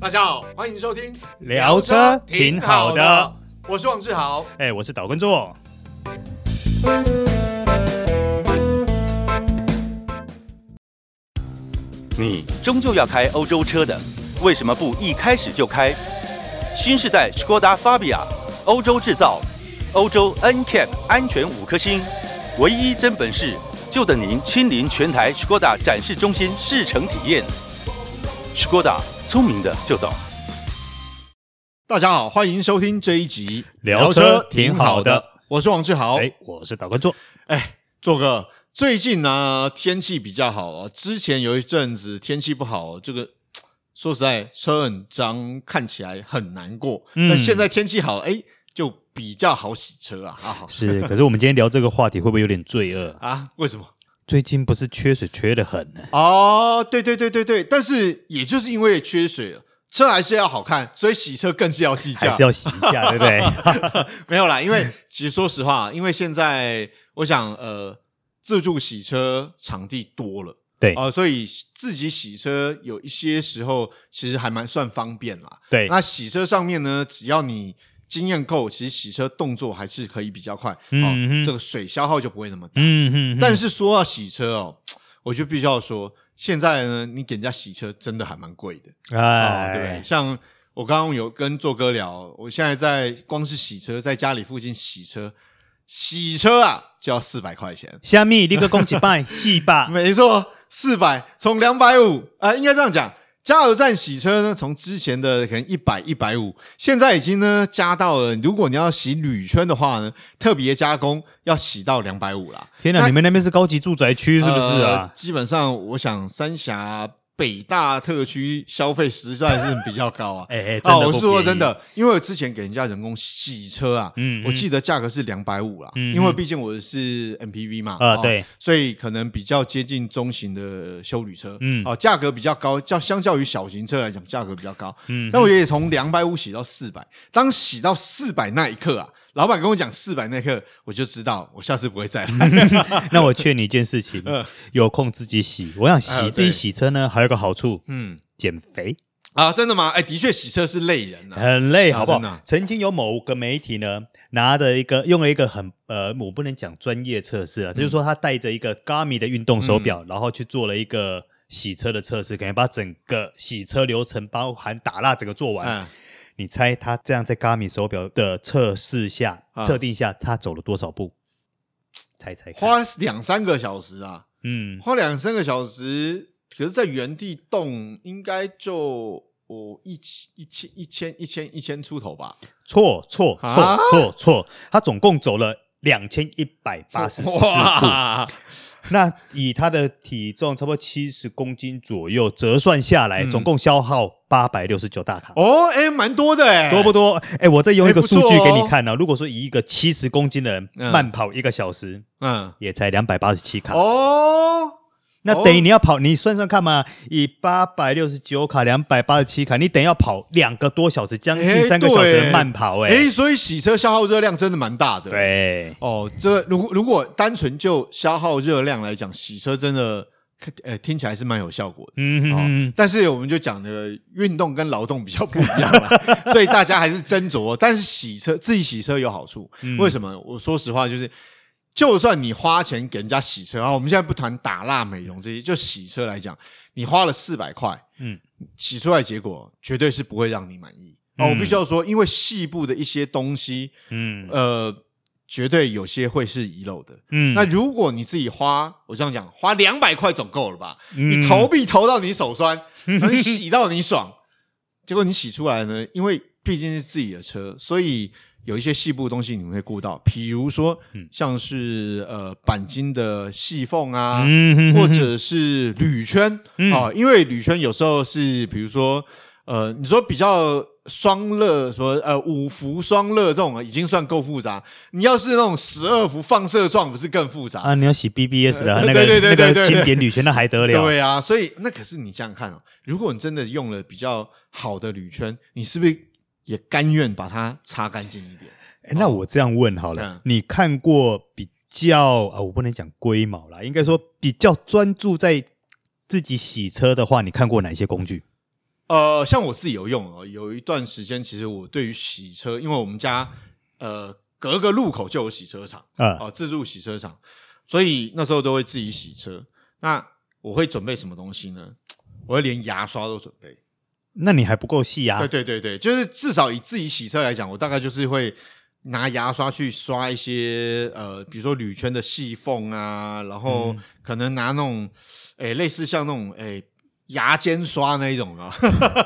大家好，欢迎收听聊车挺好的，，我是王志豪。哎、我是岛根座。你终究要开欧洲车的，为什么不一开始就开？新时代 Skoda Fabia，欧洲制造，欧洲 NCAP 安全五颗星，唯一真本事，就等您亲临全台 Skoda 展示中心试乘体验。Skoda 聪明的就懂。大家好，欢迎收听这一集聊车挺好的，我是王志豪。哎、哎，我是岛根座。做哥，最近呢、天气比较好哦，之前有一阵子天气不好，哦这个。说实在，车很脏，看起来很难过。嗯但现在天气好，哎，就比较好洗车啊！啊是， 可是我们今天聊这个话题会不会有点罪恶？啊，为什么？最近不是缺水缺的很 呢、哦，对对对对对，但是也就是因为缺水了，车还是要好看，所以洗车更是要计还较是。 要洗一下，对不对？没有啦，因为其实说实话，因为现在我想呃，自助洗车场地多了。对啊、所以自己洗车有一些时候其实还蛮算方便啦。对，那洗车上面呢，只要你经验够，其实洗车动作还是可以比较快，嗯哦哼，这个水消耗就不会那么大。嗯嗯，但是是说到洗车哦，我就必须要说，现在呢，你给人家洗车真的还蛮贵的，啊，对不对？哎，像我刚刚有跟做哥聊，我现在在光是洗车，在家里附近洗车，洗车啊就要四百块钱，虾米立刻攻击 拜戏吧，没错，四百从两百五啊，应该这样讲。加油站洗车呢，从之前的可能一百、一百五，现在已经呢加到了，如果你要洗铝圈的话呢，特别加工要洗到两百五啦。天哪，你们那边是高级住宅区是不是呃啊？基本上，我想三峡北大特区消费实在是比较高啊 。哎哎，真哦，的我是不说便宜真，的，因为我之前给人家人工洗车啊，嗯我记得价格是两百五啦，嗯嗯因为毕竟我是 MPV 嘛，啊哦对，所以可能比较接近中型的修旅车，嗯哦，价格比较高，较相较于小型车来讲，价格比较高，嗯 但我也从两百五洗到四百，当洗到四百那一刻啊，老板跟我讲四百那一刻，我就知道我下次不会再来， 那我劝你一件事 情嗯，有空自己洗。我想哎洗对自己洗车呢，还有个好处，嗯。减肥。啊，真的吗？哎，的确洗车是累人啊。很累，啊好不好？真的啊曾经有某个媒体呢，拿的一个用了一个很呃，我不能讲专业测嗯试了，就是说他带着一个 Garmin 的运动手表，然后去做了一个洗车的测试，可能把整个洗车流程包含打蜡整个做完。嗯，你猜他这样在 Garmin 手表的测试下、啊测定下，他走了多少步？猜猜看。花两三个小时啊，嗯，花两三个小时，可是在原地动应该就哦一千一千一千一千一千出头吧，错错啊错错错，他总共走了两千一百八十四步。哇 那以他的体重差不多七十公斤左右折算下来，嗯总共消耗八百六十九大卡。哦，哎，蛮多的哎，多不多？哎、我再用一个哎数据不错哦给你看啊呢、如果说以一个七十公斤的人嗯慢跑一个小时，嗯，也才两百八十七卡。哦，那等于你要跑，你算算看嘛，以八百六十九卡、两百八十七卡，你等于要跑两个多小时，将哎近三个小时对的慢跑、哎，哎、所以洗车消耗热量真的蛮大的，。对，哦，这个如如果单纯就消耗热量来讲，洗车真的，呃，听起来是蛮有效果的。嗯哼哦哼，但是我们就讲的运动跟劳动比较不一样 啦，所以大家还是斟酌。但是洗车自己洗车有好处，嗯为什么？我说实话就是。就算你花钱给人家洗车啊，我们现在不谈打蜡、美容这些，就洗车来讲，你花了四百块，嗯，洗出来结果绝对是不会让你满意。哦，我必须要说，因为细部的一些东西，嗯呃，绝对有些会是遗漏的。嗯哎那如果你自己花，我这样讲，花两百块总够了吧？嗯你投币投到你手 酸，然后你洗到你爽，结果你洗出来呢，因为毕竟是自己的车，所以有一些细部的东西你们会顾到，比如说、嗯像是呃钣金的细缝啊，嗯哼哼哼或者是铝圈啊、因为铝圈有时候是比如说呃，你说比较双勒什么呃五伏双勒这种已经算够复杂，你要是那种十二伏放射状，不是更复杂？啊，你要洗 BBS 的、那个对对对对那对个经典铝圈，那还得了？对啊，所以那可是你想想看哦，如果你真的用了比较好的铝圈，你是不是也甘愿把它擦干净一点？诶哎那我这样问好了，嗯你看过比较啊，我不能讲龟毛啦，应该说比较专注在自己洗车的话，你看过哪些工具？呃，像我自己有用哦，有一段时间，其实我对于洗车，因为我们家呃隔个路口就有洗车场啊哦、自助洗车场，所以那时候都会自己洗车。那我会准备什么东西呢？我会连牙刷都准备。那你还不够细啊对？对对对，就是至少以自己洗车来讲，我大概就是会拿牙刷去刷一些呃，比如说铝圈的细缝啊，然后可能拿那种诶、类似像那种诶。牙尖刷那一种啊，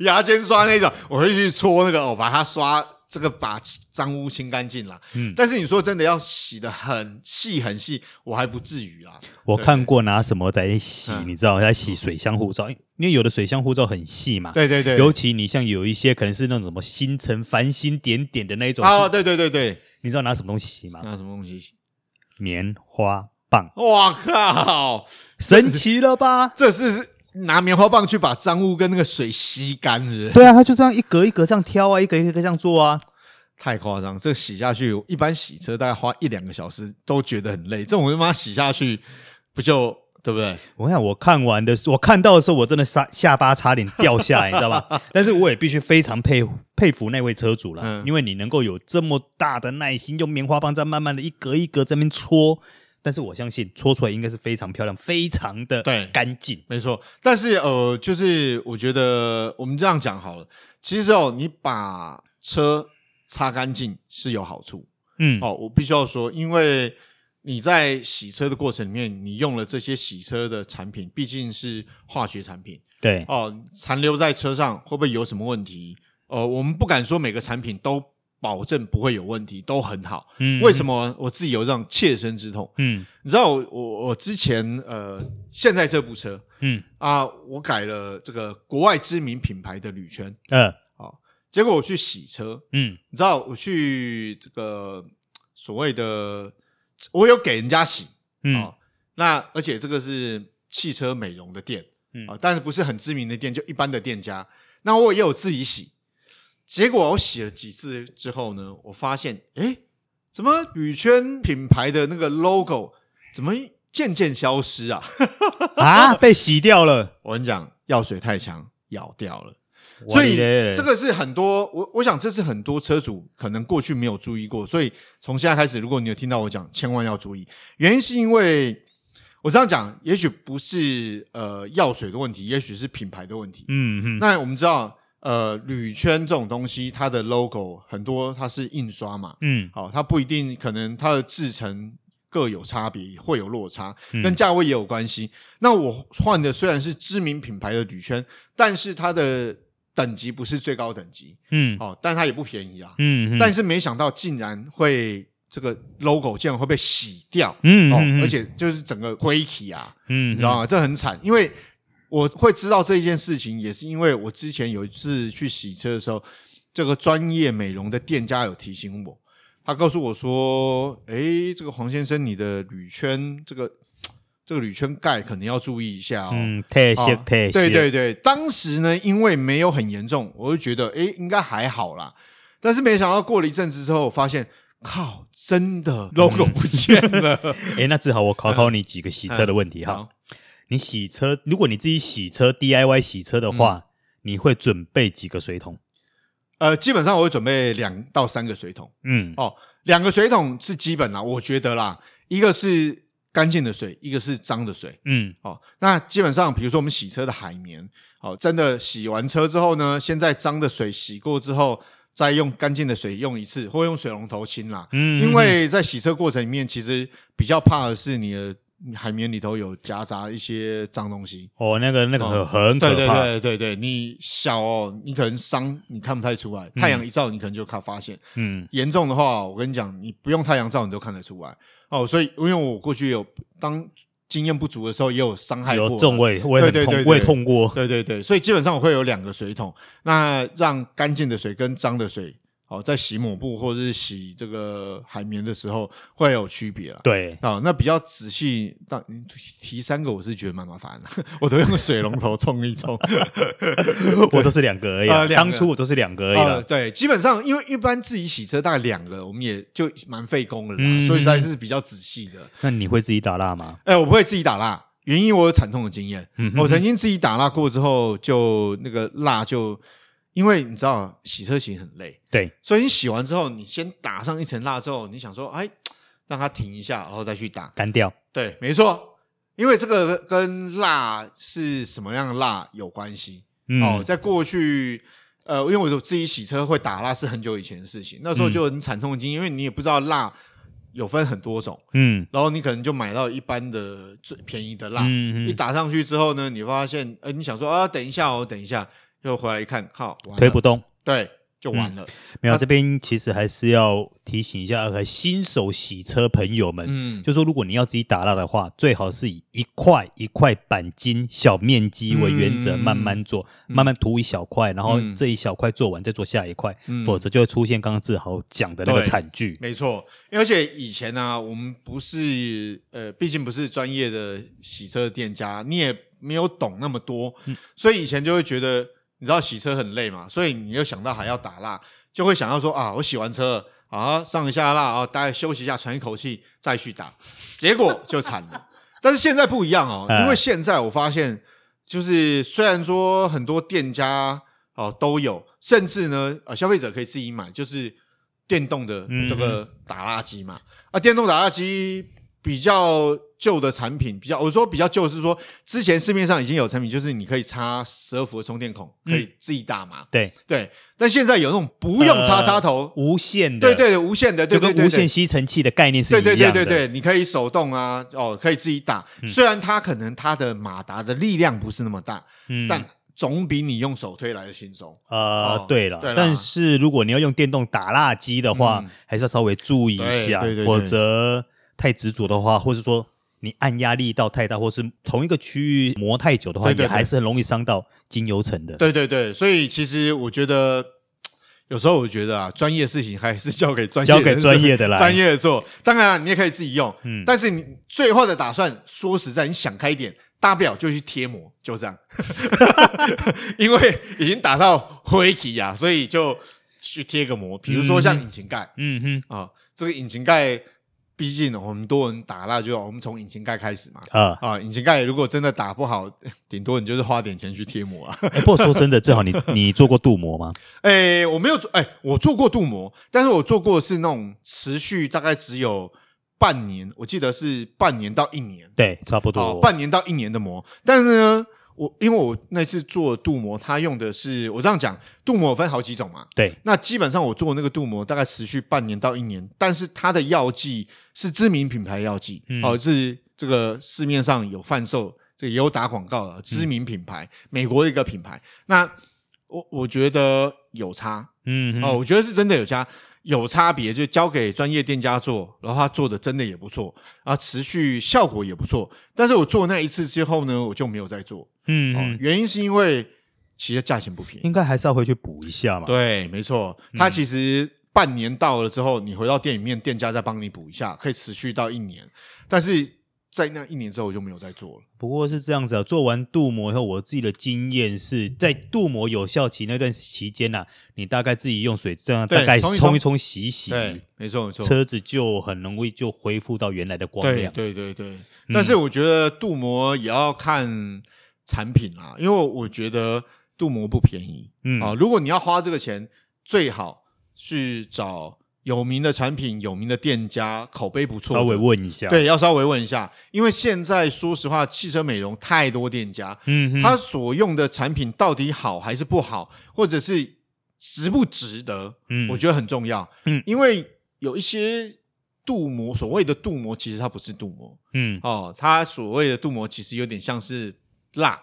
牙尖刷那一种，我会去搓那个，哦我把它刷这个把脏污清干净啦。嗯但是你说真的要洗的很细很细，我还不至于啦。我对看过拿什么在洗，嗯你知道在洗水箱护罩，因因为有的水箱护罩很细嘛。对对对，尤其你像有一些可能是那种什么星辰繁星点点的那种，啊，对对对对，你知道拿什么东西洗吗？拿什么东西洗？棉花棒，哇靠！神奇了吧？这是拿棉花棒去把脏物跟那个水吸干，是不是？对啊，他就这样一格一格这样挑啊，一格一格这样做啊。太夸张！这洗下去，一般洗车大概花一两个小时都觉得很累，这种他妈洗下去不就对不对？我想我看完的时候，我看到的时候，我真的下下巴差点掉下来，你知道 吧？但是我也必须非常佩服佩服那位车主了，嗯因为你能够有这么大的耐心，用棉花棒在慢慢的一格一格在那边搓，但是我相信搓出来应该是非常漂亮，非常的对干净。没错，但是呃，就是我觉得我们这样讲好了，其实哦，你把车擦干净是有好处嗯，哦。我必须要说，因为你在洗车的过程里面，你用了这些洗车的产品，毕竟是化学产品，对，哦，残留在车上会不会有什么问题？呃，我们不敢说每个产品都保证不会有问题，都很好。嗯为什？么我自己有这种切身之痛？嗯你知道我，我我之前呃，现在这部车嗯啊，我改了这个国外知名品牌的铝圈，呃结果我去洗车，嗯你知道我去这个所谓的，我有给人家洗，嗯哦，那而且这个是汽车美容的店，嗯啊、但是不是很知名的店，就一般的店家。那我也有自己洗，结果我洗了几次之后呢，我发现，诶，怎么铝圈品牌的那个 logo 怎么渐渐消失啊？ 啊，被洗掉了。我跟你讲，药水太强，咬掉了。所以哇嘞这个是很多我我想这是很多车主可能过去没有注意过，所以从现在开始，如果你有听到我讲，千万要注意。原因是因为我这样讲，也许不是呃药水的问题，也许是品牌的问题。嗯嗯那我们知道，呃，铝圈这种东西，它的 logo 很多它是印刷嘛，嗯好，它不一定可能它的制成各有差别，会有落差，嗯跟价位也有关系。那我换的虽然是知名品牌的铝圈，但是它的等级不是最高等级，嗯哦，但它也不便宜啊。嗯，但是是没想到竟然会这个 logo 竟然会被洗掉，嗯哦嗯，嗯而且就是整个灰体啊，嗯，你知道吗？这很惨，因为我会知道这件事情，也是因为我之前有一次去洗车的时候，这个专业美容的店家有提醒我，他告诉我说：“诶，这个黄先生，你的铝圈这个这个铝圈盖可能要注意一下哦。嗯，太谢哦太谢，对对对，当时呢，因为没有很严重，我就觉得诶应该还好啦。但是没想到过了一阵子之后，我发现靠，真 的嗯 logo 不见了。哎，那只好我考考你几个洗车的问题哈。 嗯好，你洗车，如果你自己洗车 DIY 洗车的嗯话，你会准备几个水桶？呃，基本上我会准备两到三个水桶。嗯哦，两个水桶是基本啦，我觉得啦，一个是干净的水，一个是脏的水。嗯哦，那基本上，比如说我们洗车的海绵，哦，真的洗完车之后呢，先在脏的水洗过之后，再用干净的水用一次，或用水龙头清啦。嗯因为在洗车过程里面，其实比较怕的是你的海绵里头有夹杂一些脏东西。哦，那个那个很很对可对怕，对对对，你小哦，你可能伤你看不太出来，太阳一照你可能就看发现。嗯严重的话，我跟你讲，你不用太阳照你都看得出来哦。所以，因为我过去有当经验不足的时候，也有伤害过有啦重味，我也对对对很痛，对我也痛过。对对对，所以基本上我会有两个水桶，那让干净的水跟脏的水，哦，在洗抹布或者是洗这个海绵的时候会有区别了。对，哦，那比较仔细，但嗯提三个我是觉得蛮麻烦的， 我都用水龙头冲一 冲。我都是两个而已呃啊，两个当初我都是两个而已呃，了。对，基本上因为一般自己洗车大概两个，我们也就蛮费工了啦，嗯所以才是比较仔细的。那你会自己打蜡吗？哎、我不会自己打蜡，原因我有惨痛的经验，嗯我曾经自己打蜡过之后，就那个蜡就因为你知道洗车其实很累，对，所以你洗完之后，你先打上一层蜡之后，你想说，哎，让它停一下，然后再去打。干掉，对，没错，因为这个跟蜡是什么样的蜡有关系、嗯，哦。在过去，呃，因为我自己洗车会打蜡是很久以前的事情，那时嗯候就很惨痛的经验，因为你也不知道蜡有分很多种，嗯然后你可能就买到一般的最便宜的蜡，嗯一嗯，打上去之后呢，你发现，呃，你想说啊，等一下哦，等一下，又回来一看，靠，完了推不动。对，就完了，没有，啊这边其实还是要提醒一下呃新手洗车朋友们，嗯，就说如果你要自己打蜡的话，最好是以一块一块板金小面积为原则嗯慢慢做，慢慢涂一小块，然后这一小块做完再做下一块，嗯否则就会出现刚刚志豪讲的那个对惨剧。没错，而且以前呢、我们不是呃，毕竟不是专业的洗车店家，你也没有懂那么多，所以以前就会觉得，你知道洗车很累嘛，所以你又想到还要打蜡，就会想到说啊，我洗完车了啊，上一下蜡啊，大概休息一下，喘一口气再去打，结果就惨了。 但是现在不一样哦，哎因为现在我发现，就是虽然说很多店家哦都有，甚至呢呃消费者可以自己买，就是电动的嗯这个打蜡机嘛。啊，电动打蜡机比较旧的产品，比较我说比较旧是说之前市面上已经有产品，就是你可以插十二伏的充电孔，可嗯以自己打嘛。对，对，但现在有那种不用插插头，无线对的，对，无线的，对就对跟对对呃无线吸尘器的概念是对一样对的。嗯对对对，你可以手动啊，哦，可以自己打。虽然它可能它的马达的力量不是那么大，嗯但总比你用手推来的轻松。呃，哦对了，对啦但是如果你要用电动打蜡机的话，嗯还是要稍微注意一下，对对对对否则太执着的话，或是说你按压力道太大，或是同一个区域磨太久的话，对对对也还是很容易伤到精油层的。对对对，所以其实我觉得。有时候我觉得啊，专业事情还是交给专业交人给专业的来专业的做。当然、啊，你也可以自己用，嗯但是你最后的打算，说实在，你想开一点，大不了就去贴膜，就这样。 因为已经打到灰体啊，所以就去贴个膜，比如说像引擎盖，嗯哼， 啊，这个引擎盖，毕竟我们多人打蜡，就我们从引擎盖开始嘛。啊、 啊，引擎盖如果真的打不好，顶多你就是花点钱去贴膜啊。哎不过说真的，正 好你你做过镀膜吗？哎、我没有做，哎、我做过镀膜，但是我做过的是那种持续大概只有半年，我记得是半年到一年，对，差不哦多。，半年到一年的膜。但是呢，我因为我那次做镀膜，它用的是我这样讲，镀膜有分好几种嘛，对，那基本上我做那个镀膜大概持续半年到一年，但是它的药剂是知名品牌药剂，嗯哦，是这个市面上有贩售，这个也有打广告嗯的知名品牌，美国的一个品牌。那我我觉得有差嗯哦，哼，我觉得是真的有差，有差别，就交给专业店家做，然后他做的真的也不错，啊，持续效果也不错。但是我做那一次之后呢，我就没有再做，嗯哦，嗯，原因是因为其实价钱不便宜。应该还是要回去补一下嘛。对，没错，嗯它其实半年到了之后，你回到店里面，店家再帮你补一下，可以持续到一年。但是在那一年之后，我就没有再做了。不过是这样子啊，做完镀膜以后，我自己的经验是在镀膜有效期那段期间呐、你大概自己用水这样对大概冲一冲一冲冲、洗一洗，对，没错，没错。车子就很容易就恢复到原来的光对亮。对对对，嗯但是我觉得镀膜也要看产品啦，因为我觉得镀膜不便宜嗯啊、如果你要花这个钱，最好去找有名的产品、有名的店家，口碑不错的，稍微问一下，，对，要稍微问一下，因为现在说实话，汽车美容太多店家，嗯哼，它所用的产品到底好还是不好，或者是值不值得，嗯我觉得很重要。嗯因为有一些镀膜，所谓的镀膜其实它不是镀膜嗯哦，它所谓的镀膜其实有点像是蜡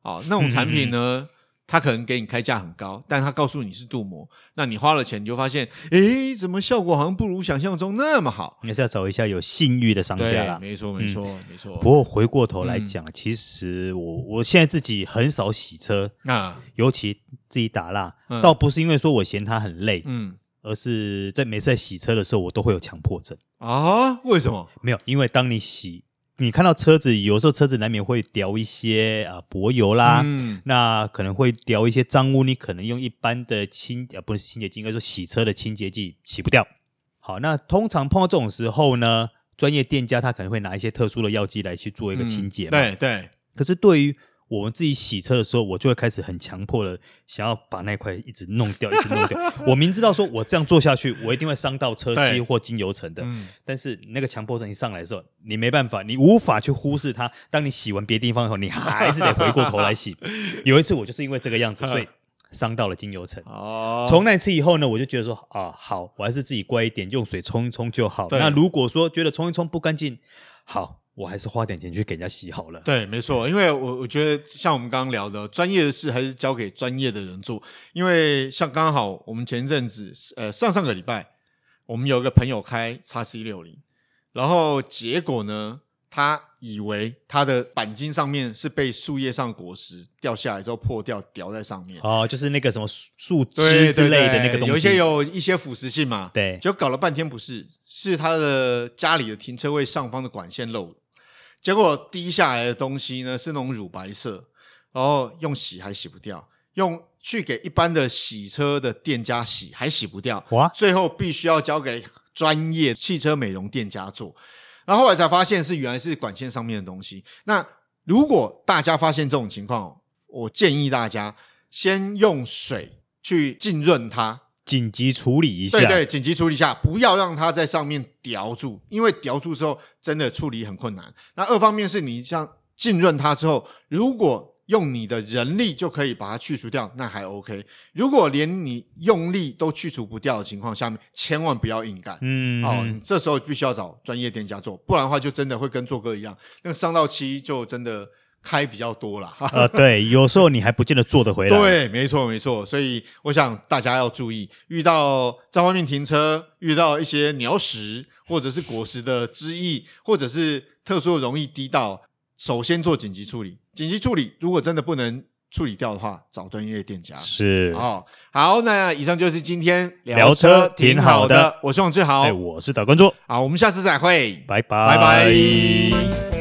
哦，那种产品嗯呢。它可能给你开价很高，但它告诉你是镀膜，那你花了钱你就发现，诶，怎么效果好像不如想象中那么好？你还是要找一下有信誉的商家对，啦。没错，嗯没错，嗯没错。不过回过头来讲，其实我我现在自己很少洗车，啊，尤其自己打蜡，嗯倒不是因为说我嫌它很累，嗯而是在每次在洗车的时候，我都会有强迫症。啊，为什么？没有，因为当你洗，你看到车子，有时候车子难免会掉一些啊、呃薄油啦，嗯那可能会掉一些脏污，你可能用一般的清呃不是清洁剂，应该说洗车的清洁剂洗不掉。好，那通常碰到这种时候呢，专业店家他可能会拿一些特殊的药剂来去做一个清洁、嘛。嗯对对，可是对于我们自己洗车的时候，我就会开始很强迫的想要把那块一直弄掉，一直 弄掉。我明知道说我这样做下去，我一定会伤到车对漆或精油层的，嗯但是那个强迫症一上来的时候，你没办法，你无法去忽视它。当你洗完别地方以后，你还是得回过头来洗。有一次我就是因为这个 样子，所以伤到了精油层。哦，从那次以后呢，我就觉得说啊，好，我还是自己乖一点，用水冲一冲就好。对那如果说觉得冲一冲不干净，好，我还是花点钱去给人家洗好了。对，没错，因为我我觉得像我们刚刚聊的，专业的事还是交给专业的人做，因为像刚好我们前一阵子，呃，上上个礼拜，我们有个朋友开叉 C 六零，然后结果呢，他以为他的钣金上面是被树叶上果实掉下来之后破掉，掉在上面。哦，就是那个什么树树对枝之类的那个对对东西，有一些有一些腐蚀性嘛，对就搞了半天不是，是他的家里的停车位上方的管线漏了，结果滴下来的东西呢是那种乳白色，然后用洗还洗不掉，用去给一般的洗车的店家洗还洗不掉，哇，最后必须要交给专业汽车美容店家做。然后后来才发现是原来是管线上面的东西。那如果大家发现这种情况哦，我建议大家先用水去浸润它，紧急处理一下。对对，紧急处理一下，不要让它在上面叼住，因为叼住之后真的处理很困难。那二方面是你像浸润它之后，如果用你的人力就可以把它去除掉，那还 OK。如果连你用力都去除不掉的情况下面，千万不要硬干。嗯，哦，你这时候必须要找专业店家做，不然的话就真的会跟做哥一样，那个伤到期就真的开比较多啦。呃，对，有时候你还不见得做得回来。，对，没错没错，所以我想大家要注意，遇到在外面停车，遇到一些鸟屎或者是果实的汁液，或者是特殊容易滴到，首先做紧急处理。紧急处理如果真的不能处理掉的话，找专业店家。是。哦，好，那以上就是今天聊车挺挺好好的哎我是王志豪哎，，我是导观众，好，我们下次再会，拜拜拜，拜